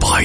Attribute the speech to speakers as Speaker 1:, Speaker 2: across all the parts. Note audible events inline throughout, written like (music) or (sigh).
Speaker 1: 百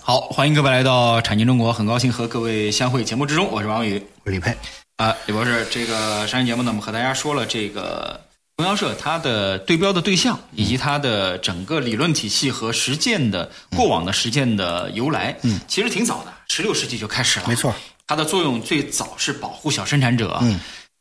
Speaker 2: 好，欢迎各位来到《产经中国》，很高兴和各位相会节目之中，我是王宇
Speaker 3: 我是李佩，
Speaker 2: 啊，李博士。这个上期节目呢，我们和大家说了这个中央社它的对标的对象，以及它的整个理论体系和实践的过往的实践的由来。嗯，其实挺早的，十六世纪就开始了。
Speaker 3: 没错，
Speaker 2: 它的作用最早是保护小生产者。嗯。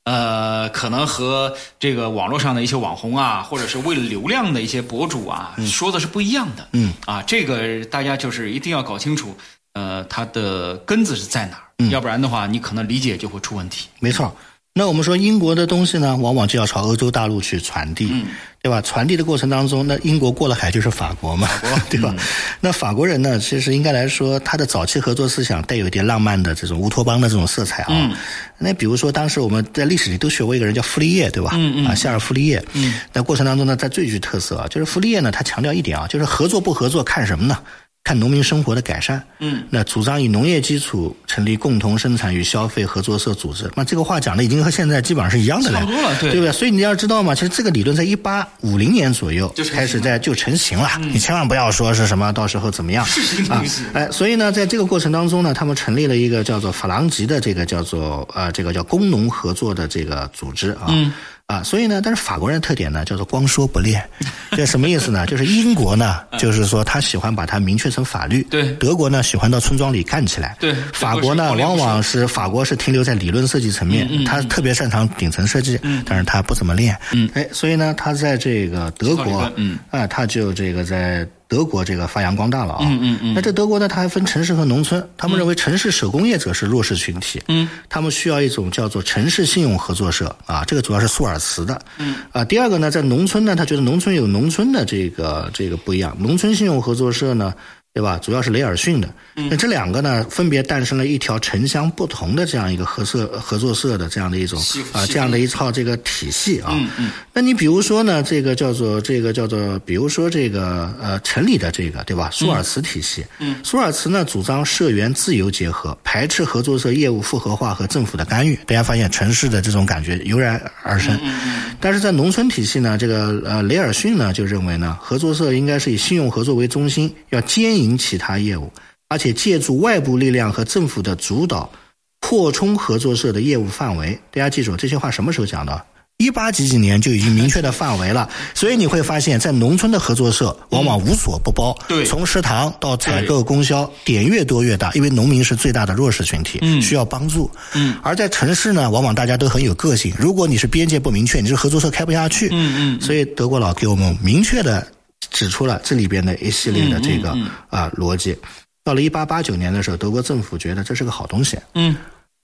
Speaker 2: 呃，可能和这个网络上的一些网红啊，或者是为了流量的一些博主啊，
Speaker 3: 嗯
Speaker 2: 说的是不一样的。嗯，啊，这个大家就是一定要搞清楚，呃，它的根子是在哪儿，
Speaker 3: 嗯
Speaker 2: 要不然的话，你可能理解就会出问
Speaker 3: (laughs)
Speaker 2: 题。
Speaker 3: 没错。那我们说英国的东西呢，往往就要朝欧洲大陆去传递，对吧？传递的过程当中，那英国过了海就是法国嗯嘛，对吧？那法国人呢，其实应该来说，他的早期合作思想带有一点浪漫的这种乌托邦的这种色彩啊。那比如说，当时我们在历史里都学过一个人叫傅立叶，对吧？嗯嗯啊，夏尔傅立叶。嗯。那过程当中呢，在最具特色啊，就是傅立叶呢，他强调一点啊，就是合作不合作看什么呢？看农民生活的改善，嗯，那主张以农业基础成立共同生产与消费合作社组织。那这个话讲的已经和现在基本上是一样的了，
Speaker 2: 差不多了对
Speaker 3: 对不对？所以你要知道嘛，其实这个理论在一八五零年左右
Speaker 2: 就成型了嗯
Speaker 3: 开始在就成型了，你千万不要说是什么到时候怎么样啊，哎，所以呢，在这个过程当中呢，他们成立了一个叫做法郎吉的这个叫做呃这个叫工农合作的这个组织啊。
Speaker 2: 嗯
Speaker 3: 啊，所以呢，但是法国人的特点呢，叫做光说不练， (laughs) 这什么意思呢？就是英
Speaker 2: (laughs)
Speaker 3: 国呢，就是说他喜欢把它明确成法律，
Speaker 2: 嗯对
Speaker 3: 德国呢喜欢到村庄里干起来，
Speaker 2: 对
Speaker 3: 法国呢
Speaker 2: 德国是光练不
Speaker 3: 往
Speaker 2: 说
Speaker 3: 往是法国是停留在理论设计层面，他特别擅长顶层设计，但是他不怎么练，嗯，哎，所以呢，他在这个德
Speaker 2: 系统理
Speaker 3: 国
Speaker 2: 论，嗯，
Speaker 3: 啊，他就这个在。德国这个发扬光大了啊，嗯嗯嗯。那这德国呢，它还分城市和农村。他们认为城市手工业者是弱势群体，嗯，他们需要一种叫做城市信用合作社啊，这个主要是苏尔茨的，嗯，啊，第二个呢，在农村呢，他觉得农村有农村的这个这个不一样，农村信用合作社呢，对吧？主要是雷尔逊的。那这两个呢，分别诞生了一条城乡不同的这样一个合社合作社的这样的一种
Speaker 2: 系
Speaker 3: 啊、
Speaker 2: 系
Speaker 3: 这样的一套这个体系啊。嗯嗯。那你比如说呢，这个叫做这个叫做，比如说这个呃城里的这个对吧？苏尔茨体系。嗯。苏尔茨呢主张社员自由结合，排斥合作社业务复合化和政府的干预。大家发现城市的这种感觉油然而生。但是在农村体系呢，这个呃雷尔逊呢就认为呢，合作社应该是以信用合作为中心，要兼营其他业务，而且借助外部力量和政府的主导，扩充合作社的业务范围。大家记住这些话什么时候讲的？一八几几年就已经明确的范围了，所以你会发现，在农村的合作社往往无所不包，
Speaker 2: 对
Speaker 3: 从食堂到采购、供销，点越多越大，因为农民是最大的弱势群体，需要帮助。嗯，而在城市呢，往往大家都很有个性，如果你是边界不明确，你这合作社开不下去。嗯嗯，所以德国佬给我们明确的指出了这里边的一系列的这个啊、逻辑。到了一八八九年的时候，德国政府觉得这是个好东西，
Speaker 2: 嗯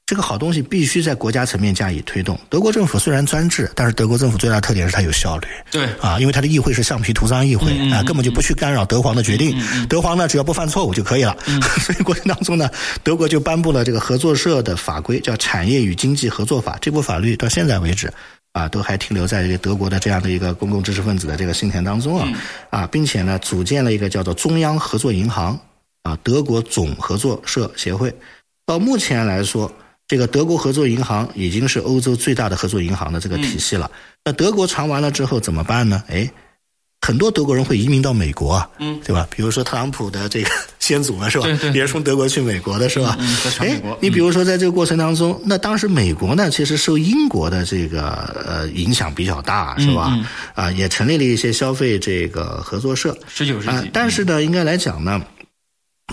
Speaker 3: 这个好东西必须在国家层面加以推动。德国政府虽然专制，但是德国政府最大的特点是它有效率。
Speaker 2: 对
Speaker 3: 啊，因为它的议会是橡皮图章议会啊，根本就不去干扰德皇的决定。德皇呢，只要不犯错误就可以了。 (laughs) 所以过程当中呢，德国就颁布了这个合作社的法规，叫《产业与经济合作法》。这部法律到现在为止。啊，都还停留在这个德国的这样的一个公共知识分子的这个心田当中啊，啊，并且呢，组建了一个叫做中央合作银行，啊，德国总合作社协会。到目前来说，这个德国合作银行已经是欧洲最大的合作银行的这
Speaker 2: 嗯
Speaker 3: 个体系了。那德国传完了之后怎么办呢？哎，很多德国人会移民到美国啊，嗯，对吧？比如说特朗普的这个 (laughs) 先祖啊嘛，是吧？
Speaker 2: 对对
Speaker 3: 也是从德国去美国的，是吧？
Speaker 2: 嗯嗯在传美
Speaker 3: 哎
Speaker 2: 国，
Speaker 3: 你比如说在这个过程当中，那当时美国呢，其实受英国的这个呃影响比较大，
Speaker 2: 嗯
Speaker 3: 是吧？啊，也成立了一些消费这个合作社。
Speaker 2: 十九世
Speaker 3: 啊
Speaker 2: 纪，，
Speaker 3: 但是呢，应该来讲呢，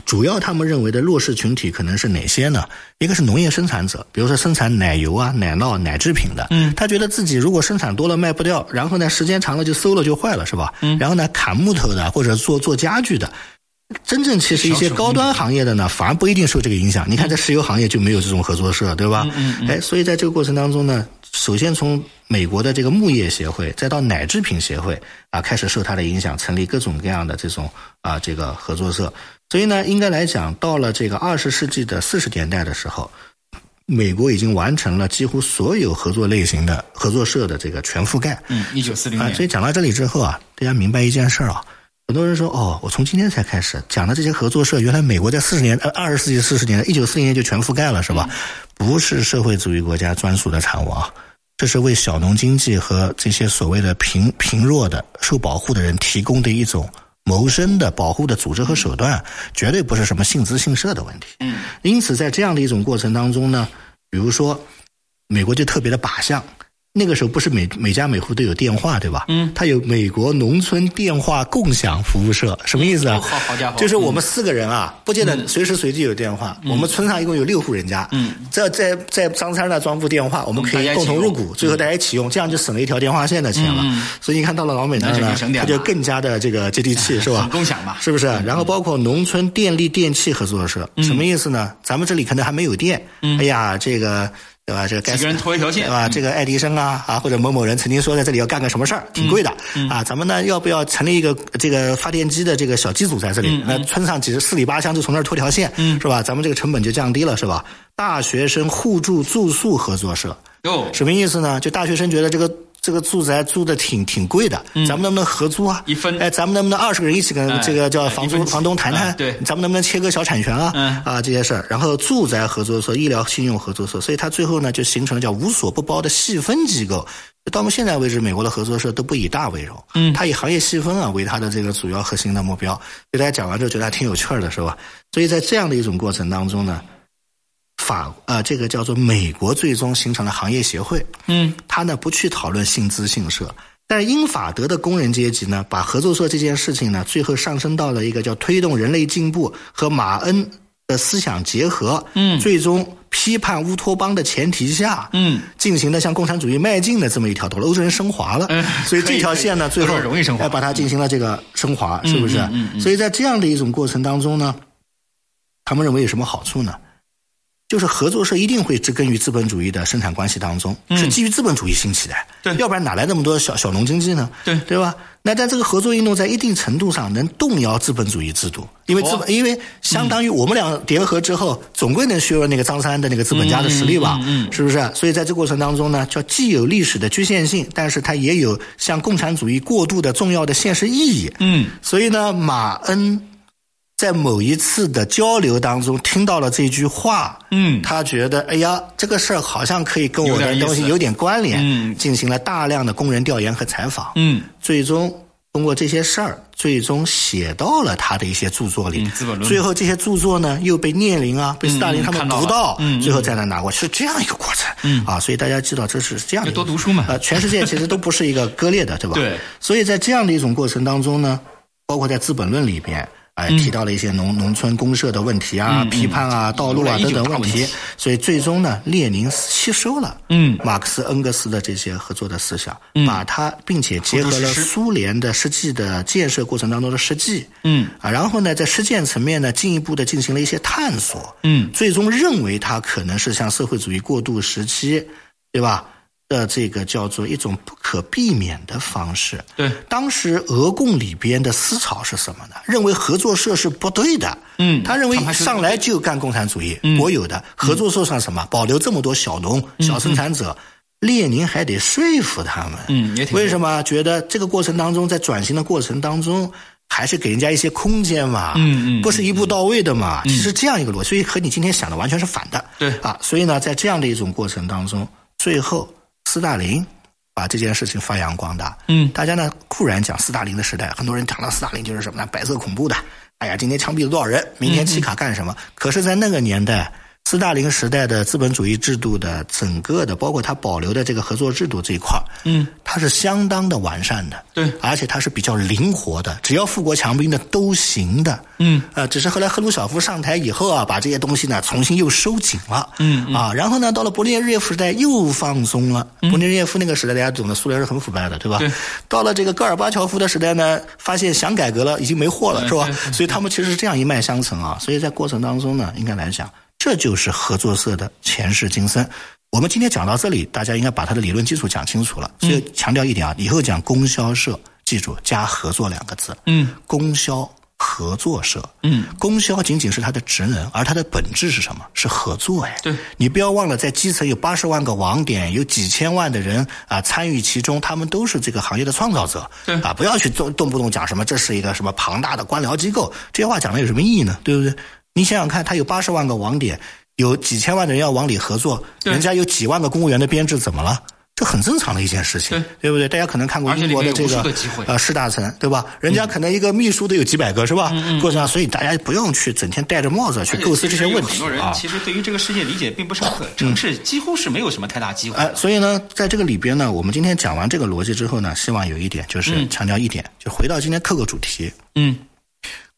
Speaker 3: 主要他们认为的弱势群体可能是哪些呢？一个是农业生产者，比如说生产奶油啊、奶酪、奶制品的，嗯，他觉得自己如果生产多了卖不掉，然后呢时间长了就馊了就坏了，是吧？嗯，然后呢砍木头的啊或者做做家具的，真正其实一些高端行业的呢，反而不一定受这个影响。你看在石油行业就没有这种合作社，对吧？嗯嗯。哎，所以在这个过程当中呢，首先从美国的这个牧业协会，再到奶制品协会啊，开始受它的影响，成立各种各样的这种啊这个合作社。所以呢，应该来讲，到了这个二十世纪的四十年代的时候，美国已经完成了几乎所有合作类型的合作社的这个全覆盖。
Speaker 2: 嗯，一九四零
Speaker 3: 啊，
Speaker 2: 年，
Speaker 3: 所以讲到这里之后啊，大家明白一件事儿啊，很多人说哦，我从今天才开始讲的这些合作社，原来美国在四十年呃二十世纪四十年代一九四零年就全覆盖了，是
Speaker 2: 嗯
Speaker 3: 吧？不是社会主义国家专属的产物啊。这是为小农经济和这些所谓的贫贫弱的、受保护的人提供的一种谋生的、保护的组织和手段，绝对不是什么性资性社的问题。嗯，因此在这样的一种过程当中呢，比如说美国就特别的靶向。那个时候不是每每家每户都有电话，对吧？嗯，它有美国农村电话共享服务社，什么意思啊？
Speaker 2: 哦好好家伙嗯
Speaker 3: 就是我们四个人啊，不见得随时随地有电话。我们村上一共有六户人家，嗯，在在在张三那装部电话，我们可
Speaker 2: 大家
Speaker 3: 以
Speaker 2: 一起
Speaker 3: 共同入股
Speaker 2: 用，嗯
Speaker 3: 最后大家一起用，这样就省了一条电话线的钱了。所以你看到了老美那
Speaker 2: 那
Speaker 3: 儿
Speaker 2: 这
Speaker 3: 呢
Speaker 2: 就省，点
Speaker 3: 他
Speaker 2: 了
Speaker 3: 就更加的这个接地
Speaker 2: (laughs)
Speaker 3: 气，是吧？
Speaker 2: 很共享嘛嗯
Speaker 3: 是不是？然后包括农村电力电器合作社，什么意思呢？咱们这里可能还没有电，哎呀，这个对吧？这个该
Speaker 2: 嗯几
Speaker 3: 死
Speaker 2: 个人嗯拖一条线
Speaker 3: 对吧？这个爱迪生啊啊，或者某某人曾经说在这里要干个什么事儿，挺贵的、
Speaker 2: 嗯
Speaker 3: 啊。咱们呢，要不要成立一个这个发电机的这个小机组在这里？
Speaker 2: 嗯
Speaker 3: 那村上几十四里八乡就从那儿拖条线，是吧？咱们这个成本就降低了，是吧？大学生互助住宿合作社，
Speaker 2: 哟，
Speaker 3: 什么意思呢？就大学生觉得这个这个住宅租的挺挺贵的，咱们能不能合租啊？
Speaker 2: 嗯一分
Speaker 3: 哎，咱们能不能二十个人一起
Speaker 2: 哎
Speaker 3: 跟这个叫
Speaker 2: 哎
Speaker 3: 房
Speaker 2: 一
Speaker 3: 租
Speaker 2: 分几
Speaker 3: 房东谈谈？
Speaker 2: 哎对
Speaker 3: 咱们能不能切割小产权啊？
Speaker 2: 嗯
Speaker 3: 啊，这些事儿。然后住宅合作社、医疗信用合作社，所以它最后呢就形成了叫无所不包的细分机构。到目前为止，美国的合作社都不以大为荣，嗯，它以行业细分啊为它的这个主要核心的目标。给大家讲完之后，觉得还挺有趣儿的，是吧？所以在这样的一种过程当中呢，法呃，这个叫做美国最终形成了行业协会，
Speaker 2: 嗯，
Speaker 3: 他呢不去讨论性资性社，但是英法德的工人阶级呢，把合作社这件事情呢，最后上升到了一个叫推动人类进步和马恩的思想结合，嗯，最终批判乌托邦的前提下，
Speaker 2: 嗯，
Speaker 3: 进行的向共产主义迈进的这么一条道路，欧洲人升华了，
Speaker 2: 嗯
Speaker 3: 所以这条线呢，
Speaker 2: 可以
Speaker 3: 最
Speaker 2: 可以
Speaker 3: 后
Speaker 2: 欧洲人容易升华
Speaker 3: 哎把它进行了这个升华，是不是？
Speaker 2: 嗯嗯
Speaker 3: 所以在这样的一种过程当中呢，他们认为有什么好处呢？就是合作社一定会植根于资本主义的生产关系当中，是基于资本主义兴起的，
Speaker 2: 对
Speaker 3: 要不然哪来那么多小小农经济呢？
Speaker 2: 对
Speaker 3: 对吧？那但这个合作运动在一定程度上能动摇资本主义制度，因为资本，
Speaker 2: 哦
Speaker 3: 因为相当于我们俩联合之后，总归能削弱那个张三的那个资本家的实力吧？嗯，是不是？所以在这过程当中呢，叫既有历史的局限性，但是它也有向共产主义过渡的重要的现实意义。
Speaker 2: 嗯，
Speaker 3: 所以呢，马恩在某一次的交流当中听到了这句话，
Speaker 2: 嗯
Speaker 3: 他觉得哎呀，这个事儿好像可以跟我
Speaker 2: 有点
Speaker 3: 的
Speaker 2: 意思
Speaker 3: 东西有点关联，
Speaker 2: 嗯
Speaker 3: 进行了大量的工人调研和采访，
Speaker 2: 嗯，
Speaker 3: 最终通过这些事儿，最终写到了他的一些著作里，
Speaker 2: 嗯资本论嗯
Speaker 3: 最后这些著作呢又被列宁啊、被斯大林他们
Speaker 2: 看到
Speaker 3: 读
Speaker 2: 了
Speaker 3: 到，
Speaker 2: 嗯嗯
Speaker 3: 最后再来拿过，是这样一个过程，嗯啊，所以大家知道这是这样的一个
Speaker 2: 就多读书嘛
Speaker 3: 呃，全世界其实都不是一个割
Speaker 2: (laughs)
Speaker 3: 裂的，对吧？
Speaker 2: 对，
Speaker 3: 所以在这样的一种过程当中呢，包括在《资本论》里边，哎，
Speaker 2: 嗯
Speaker 3: 提到了一些农农村公社的问题啊、批判啊、道路啊
Speaker 2: 一九
Speaker 3: 等等
Speaker 2: 大
Speaker 3: 问
Speaker 2: 问
Speaker 3: 题
Speaker 2: 题，
Speaker 3: 所以最终呢，列宁吸收了
Speaker 2: 嗯
Speaker 3: 马克思、恩格斯的这些合作的思想，把它并且结合
Speaker 2: 付诸
Speaker 3: 了
Speaker 2: 实施
Speaker 3: 苏联的实际的建设过程当中的实际，
Speaker 2: 嗯
Speaker 3: 啊，然后呢，在实践层面呢，进一步的进行了一些探索，
Speaker 2: 嗯
Speaker 3: 最终认为它可能是向社会主义过渡时期，对吧？的这个叫做一种不可避免的方式。
Speaker 2: 对
Speaker 3: 当时俄共里边的思潮是什么呢？认为合作社是不对的。嗯，他认为
Speaker 2: 他们还是嗯
Speaker 3: 上来就干共产主义，国有的合作社算什么？保留这么多小农、小生产者。列宁还得说服他们，
Speaker 2: 嗯也挺
Speaker 3: 为什么觉得这个过程当中，在转型的过程当中，还是给人家一些空间嘛？
Speaker 2: 嗯嗯
Speaker 3: 不是一步到位的嘛，其实这样一个逻辑，所以和你今天想的完全是反的。
Speaker 2: 对
Speaker 3: 啊，所以呢，在这样的一种过程当中，最后斯大林把这件事情发扬光大。
Speaker 2: 嗯
Speaker 3: 大家呢固然讲斯大林的时代，很多人讲到斯大林就是什么呢？白色恐怖的，哎呀，今天枪毙了多少人，明天弃卡干什么？可是，在那个年代。斯大林时代的资本主义制度的整个的，包括它保留的这个合作制度这一块嗯，它是相当的完善的，
Speaker 2: 对
Speaker 3: 而且它是比较灵活的，只要富国强兵的都行的，嗯，呃，只是后来赫鲁晓夫上台以后啊，把这些东西呢重新又收紧了，嗯，啊，然后呢，到了勃列日涅夫时代又放松了，勃列日涅夫那个时代大家懂得苏联是很腐败的，对吧？
Speaker 2: 嗯对
Speaker 3: 到了这个戈尔巴乔夫的时代呢，发现想改革了已经没货了，是吧
Speaker 2: 对？对
Speaker 3: 所以他们其实是这样一脉相承啊。所以在过程当中呢，应该来讲，这就是合作社的前世今生。我们今天讲到这里，大家应该把它的理论基础讲清楚了。所以强调一点啊，以后讲供销社，记住加“合作”两个字。
Speaker 2: 嗯，
Speaker 3: 供销合作社。
Speaker 2: 嗯，
Speaker 3: 供销仅仅是它的职能，而它的本质是什么？是合作哎。
Speaker 2: 对，
Speaker 3: 你不要忘了，在基层有八十万个网点，有几千万的人啊参与其中，他们都是这个行业的创造者。
Speaker 2: 对
Speaker 3: 啊，不要去动动不动讲什么这是一个什么庞大的官僚机构，这些话讲了有什么意义呢？对不对？你想想看，他有八十万个网点，有几千万的人要往里合作，
Speaker 2: 对
Speaker 3: 人家有几万个公务员的编制，怎么了？这很正常的一件事情，
Speaker 2: 对
Speaker 3: 不对？大家可能看过
Speaker 2: 而且
Speaker 3: 英国的
Speaker 2: 里面
Speaker 3: 这
Speaker 2: 有无数
Speaker 3: 个
Speaker 2: 个机会
Speaker 3: 呃士大臣，对吧？人
Speaker 2: 嗯
Speaker 3: 家可能一个秘书都有几百个，是吧？过程啊，所以大家不用去整天戴着帽子去构思这些问
Speaker 2: 很
Speaker 3: 题
Speaker 2: 多人
Speaker 3: 啊。嗯
Speaker 2: 其实对于这个世界理解并不深刻，城市几乎是没有什么太大机会
Speaker 3: 哎，。所以呢，在这个里边呢，我们今天讲完这个逻辑之后呢，希望有一点就是强调一点，就回到今天课个主题，
Speaker 2: 嗯，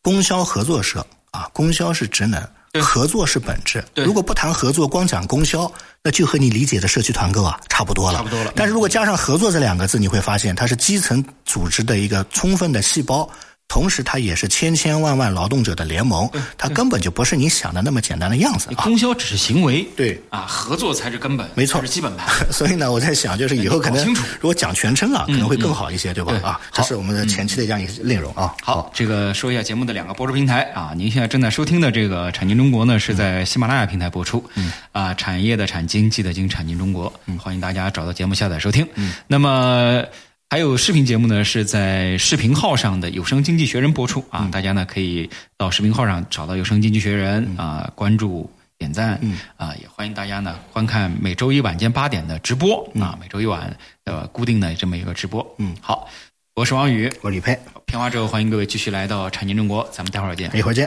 Speaker 3: 供销合作社啊，供销是职能，合作是本质。
Speaker 2: 对
Speaker 3: 如果不谈合作，光讲供销，那就和你理解的社区团购啊差不多了。
Speaker 2: 差不多了
Speaker 3: 但是如果加上合作这两个字，你会发现它是基层组织的一个充分的细胞。同时，它也是千千万万劳动者的联盟，它根本就不是你想的那么简单的样子啊！
Speaker 2: 供销只是行为，
Speaker 3: 对
Speaker 2: 啊，合作才是根本，
Speaker 3: 没错
Speaker 2: 才是基本盘。
Speaker 3: (laughs) 所以呢，我在想，就是以后可能
Speaker 2: 搞清楚嗯
Speaker 3: 如果讲全称啊，可能会更好一些，对吧
Speaker 2: 对？嗯
Speaker 3: 啊，这是我们的前期的这样一个内容啊。
Speaker 2: 好，这个说一下节目的两个播出平台啊，您现在正在收听的这个《产经中国》呢，是在喜马拉雅平台播出，嗯啊，产业的产经济的经产经中国，欢迎大家找到节目下载收听。嗯，那么。还有视频节目呢，是在视频号上的《有声经济学人》播出啊，大家呢可以到视频号上找到《有声经济学人》啊，关注点赞，啊，也欢迎大家呢观看每周一晚间八点的直播啊，每周一晚呃固定的这么一个直播，嗯，好，我是王宇，
Speaker 3: 我是李佩，
Speaker 2: 片花之后，欢迎各位继续来到产经中国，咱们待会儿见。
Speaker 3: 一会儿见。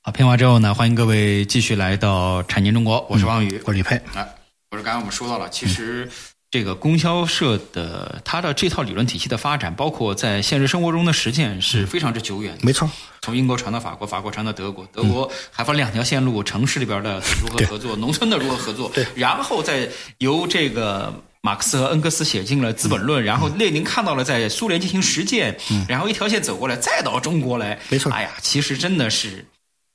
Speaker 2: 好，啊片花之后呢，欢迎各位继续来到产经中国，我是王宇。
Speaker 3: 我是李佩，
Speaker 2: 哎，我是刚才我们说到了，其实这个供销社的它的这套理论体系的发展，包括在现实生活中的实践是非常之久远的。
Speaker 3: 没错。
Speaker 2: 从英国传到法国，法国传到德国，德
Speaker 3: 嗯
Speaker 2: 国还分两条线路：城市里边的如何合作，农村的如何合作。对，然后再由这个马克思和恩格斯写进了《资本
Speaker 3: 嗯
Speaker 2: 论》，然后列宁看到了在苏联进行实践，然后一条线走过来，再到中国来。
Speaker 3: 没错
Speaker 2: 哎呀，其实真的是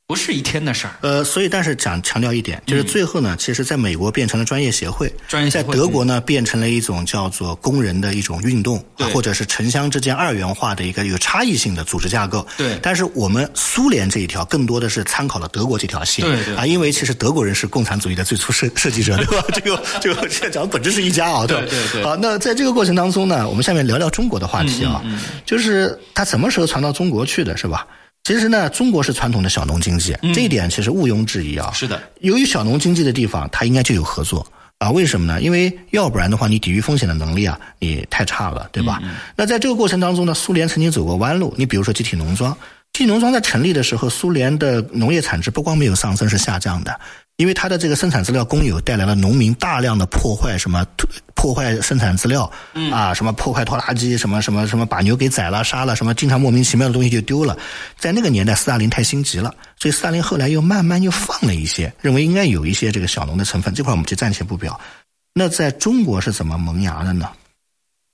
Speaker 2: 不是一天的事儿。
Speaker 3: 呃，所以但是讲强调一点，就是最后呢，其实在美国变成了专业协会，
Speaker 2: 嗯专业协
Speaker 3: 在
Speaker 2: 会嗯
Speaker 3: 德国呢变成了一种叫做工人的一种运动，
Speaker 2: 对
Speaker 3: 或者是城乡之间二元化的一个有差异性的组织架构。
Speaker 2: 对
Speaker 3: 但是我们苏联这一条更多的是参考了德国这条线，
Speaker 2: 对对
Speaker 3: 啊，因为其实德国人是共产主义的最初设设计者，对吧？这个这个这讲本质是一家啊，吧？
Speaker 2: 对对对
Speaker 3: 好，那在这个过程当中呢，我们下面聊聊中国的话题
Speaker 2: 嗯
Speaker 3: 啊，就是它什么时候传到中国去的，是吧？其实呢，中国是传统的小农经济，这一点其实毋庸置疑啊。
Speaker 2: 嗯是的，
Speaker 3: 由于小农经济的地方，它应该就有合作啊？为什么呢？因为要不然的话，你抵御风险的能力啊，你太差了，对
Speaker 2: 嗯
Speaker 3: 吧？那在这个过程当中呢，苏联曾经走过弯路，你比如说集体农庄。集体农庄在成立的时候，苏联的农业产值不光没有上升，是下降的，因为它的这个生产资料公有带来了农民大量的破坏什么土破坏生产资料，啊，什么破坏拖拉机，什么什么什么把牛给宰了杀了，什么经常莫名其妙的东西就丢了。在那个年代，斯大林太心急了，所以斯大林后来又慢慢又放了一些，认为应该有一些这个小农的成分，这块我们就暂且不表。那在中国是怎么萌芽的呢？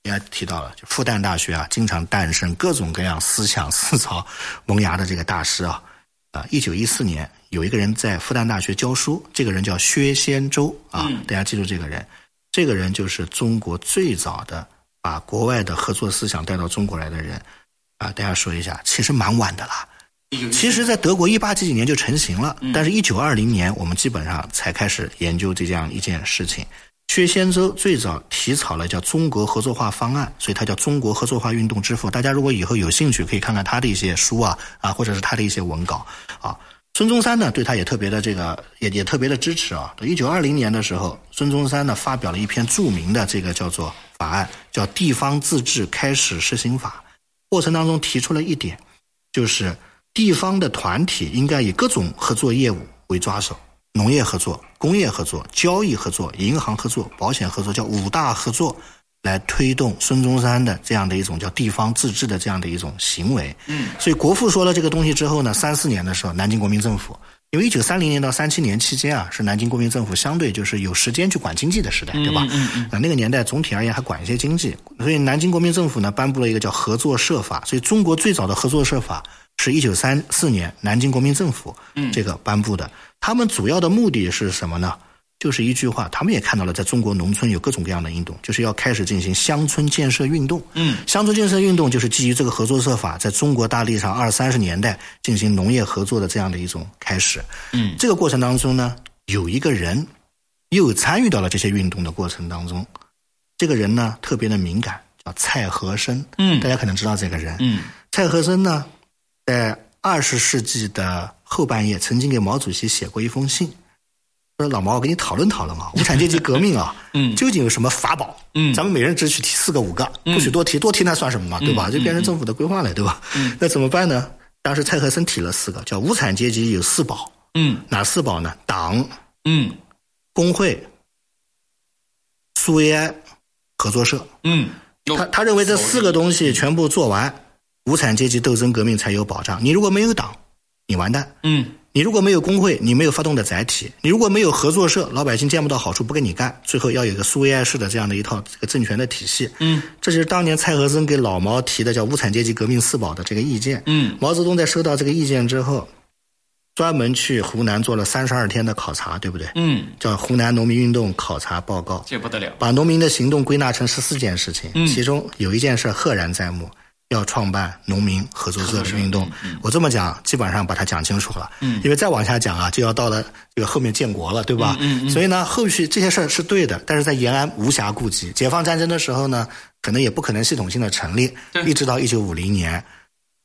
Speaker 3: 应该提到了，就复旦大学啊，经常诞生各种各样思想思潮萌芽的这个大师啊。啊，一九一四年有一个人在复旦大学教书，这个人叫薛先周啊，大家记住这个人。这个人就是中国最早的把国外的合作思想带到中国来的人啊。大家说一下，其实蛮晚的啦。
Speaker 2: 嗯
Speaker 3: 其实，在德国一八几几年就成型了，但是，一九二零年我们基本上才开始研究这样一件事情。薛先洲最早提草了叫中国合作化方案，所以它叫中国合作化运动之父。大家如果以后有兴趣，可以看看他的一些书啊啊，或者是他的一些文稿啊。孙中山呢，对他也特别的这个也也特别的支持啊。一九二零年的时候，孙中山呢发表了一篇著名的这个叫做法案，叫《地方自治开始施行法》。过程当中提出了一点，就是地方的团体应该以各种合作业务为抓手。农业合作、工业合作、交易合作、银行合作、保险合作，叫五大合作，来推动孙中山的这样的一种叫地方自治的这样的一种行为。嗯，所以国父说了这个东西之后呢，三四年的时候，南京国民政府，因为一九三零年到三七年期间啊，是南京国民政府相对就是有时间去管经济的时代，对吧？嗯嗯。那个年代总体而言还管一些经济，所以南京国民政府呢颁布了一个叫合作社法，所以中国最早的合作社法。是一九三四年南京国民政府这个颁布的、嗯，他们主要的目的是什么呢？就是一句话，他们也看到了，在中国农村有各种各样的运动，就是要开始进行乡村建设运动。嗯，乡村建设运动就是基于这个合作社法，在中国大地上二三十年代进行农业合作的这样的一种开始。嗯，这个过程当中呢，有一个人又参与到了这些运动的过程当中，这个人呢特别的敏感，叫蔡和森。嗯，大家可能知道这个人。嗯，蔡和森呢。在二十世纪的后半叶，曾经给毛主席写过一封信，说：“老毛，我跟你讨论讨论啊，无产阶级革命啊， (laughs) 嗯，究竟有什么法宝？嗯，咱们每人只许提四个、五个，不许多提，多提那算什么嘛，对吧？就变成政府的规划了，对吧？嗯，那怎么办呢？当时蔡和森提了四个，叫无产阶级有四宝，嗯，哪四宝呢？党，嗯，工会，苏维埃合作社，嗯，他他认为这四个东西全部做完。”无产阶级斗争革命才有保障。你如果没有党，你完蛋。嗯，你如果没有工会，你没有发动的载体；你如果没有合作社，老百姓见不到好处，不跟你干。最后要有一个苏维埃式的这样的一套这个政权的体系。嗯，这就是当年蔡和森给老毛提的叫“无产阶级革命四宝”的这个意见。嗯，毛泽东在收到这个意见之后，专门去湖南做了三十二天的考察，对不对？嗯，叫《湖南农民运动考察报告》，
Speaker 2: 这不得了，
Speaker 3: 把农民的行动归纳成十四件事情，嗯、其中有一件事赫然在目。要创办农民合作社运动，我这么讲基本上把它讲清楚了。嗯，因为再往下讲啊，就要到了这个后面建国了，对吧？嗯嗯。所以呢，后续这些事儿是对的，但是在延安无暇顾及。解放战争的时候呢，可能也不可能系统性的成立，一直到一九五零年，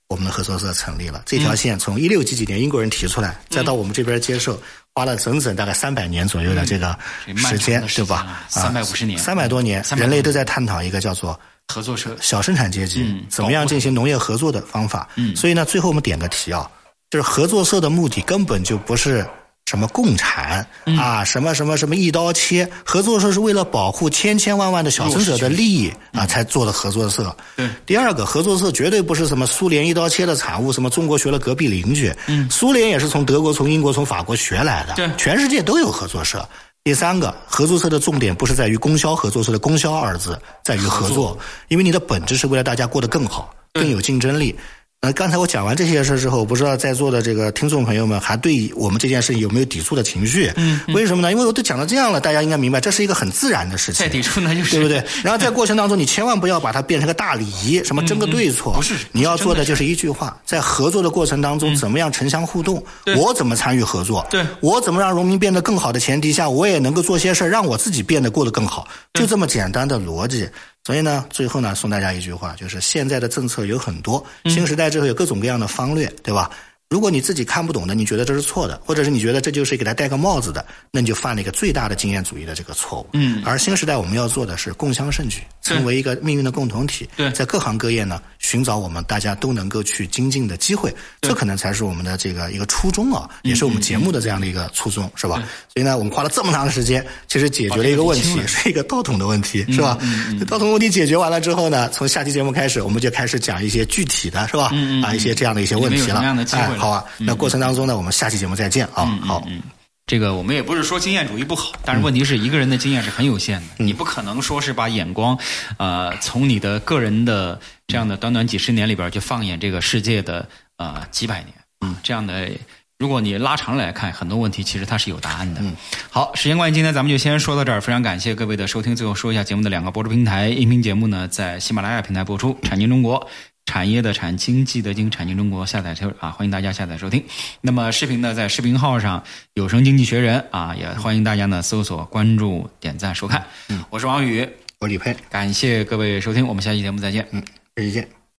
Speaker 3: 我们的合作社成立了。这条线从一六几几年英国人提出来，再到我们这边接受，花了整整大概三百年左右的这个时间，对吧？
Speaker 2: 啊
Speaker 3: 啊
Speaker 2: 三百五十年，
Speaker 3: 三百多年，人类都在探讨一个叫做。
Speaker 2: 合作社、
Speaker 3: 小生产阶级、嗯、怎么样进行农业合作的方法？嗯，所以呢，最后我们点个题啊，就是合作社的目的根本就不是什么共产、嗯、啊，什么什么什么一刀切。合作社是为了保护千千万万的小生者的利益啊，才做的合作社。对、嗯，第二个，合作社绝对不是什么苏联一刀切的产物，什么中国学了隔壁邻居，嗯，苏联也是从德国、从英国、从法国学来的，
Speaker 2: 对，
Speaker 3: 全世界都有合作社。第三个，合作社的重点不是在于供销合作社的“供销”二字，在于合作，因为你的本质是为了大家过得更好、更有竞争力。那、呃、刚才我讲完这些事之后，我不知道在座的这个听众朋友们还对我们这件事情有没有抵触的情绪？嗯，嗯为什么呢？因为我都讲到这样了，大家应该明白，这是一个很自然的事情。
Speaker 2: 再抵触那就是
Speaker 3: 对不对？然后在过程当中，你千万不要把它变成个大礼仪，什么争个对错。
Speaker 2: 嗯嗯、不是，嗯
Speaker 3: 你要做的就是一句话，在合作的过程当中，怎么样城乡互动？我怎么参与合作？
Speaker 2: 对，
Speaker 3: 我怎么让农民变得更好的前提下，我也能够做些事让我自己变得过得更好，就这么简单的逻辑。所以呢，最后呢，送大家一句话，就是现在的政策有很多，
Speaker 2: 嗯
Speaker 3: 新时代之后有各种各样的方略，对吧？如果你自己看不懂的，你觉得这是错的，或者是你觉得这就是给他戴个帽子的，那你就犯了一个最大的经验主义的这个错误。嗯。而新时代我们要做的是共襄盛举，成为一个命运的共同体。
Speaker 2: 对。
Speaker 3: 在各行各业呢，寻找我们大家都能够去精进的机会，这可能才是我们的这个一个初衷啊，也是我们节目的这样的一个初衷，是吧？所以呢，我们花了这么长的时间，其实解决了一嗯个问题，是一个道统的问题，是吧？道统问题解决完了之后呢，从下期节目开始，我们就开始讲一些具体的，是吧？啊，一些这样的一些问题了。哎。好啊，那过程当中呢，嗯、我们下期节目再见啊！
Speaker 2: 嗯、
Speaker 3: 好、
Speaker 2: 嗯，这个我们也不是说经验主义不好，但是问题是一个人的经验是很有限的，你不可能说是把眼光，呃，从你的个人的这样的短短几十年里边去放眼这个世界的呃几百年，嗯，这样的。如果你拉长来看，很多问题其实它是有答案的。嗯，好，时间关系，今天咱们就先说到这儿。非常感谢各位的收听。最后说一下节目的两个播出平台，音频节目呢在喜马拉雅平台播出，《产经中国》产业的产，经济的经，产经中国下载收啊，欢迎大家下载收听。那么视频呢，在视频号上有声经济学人啊，也欢迎大家呢搜索关注、点赞、收看。我是王宇，
Speaker 3: 我李佩，
Speaker 2: 感谢各位收听，我们下期节目再见。
Speaker 3: 下期见。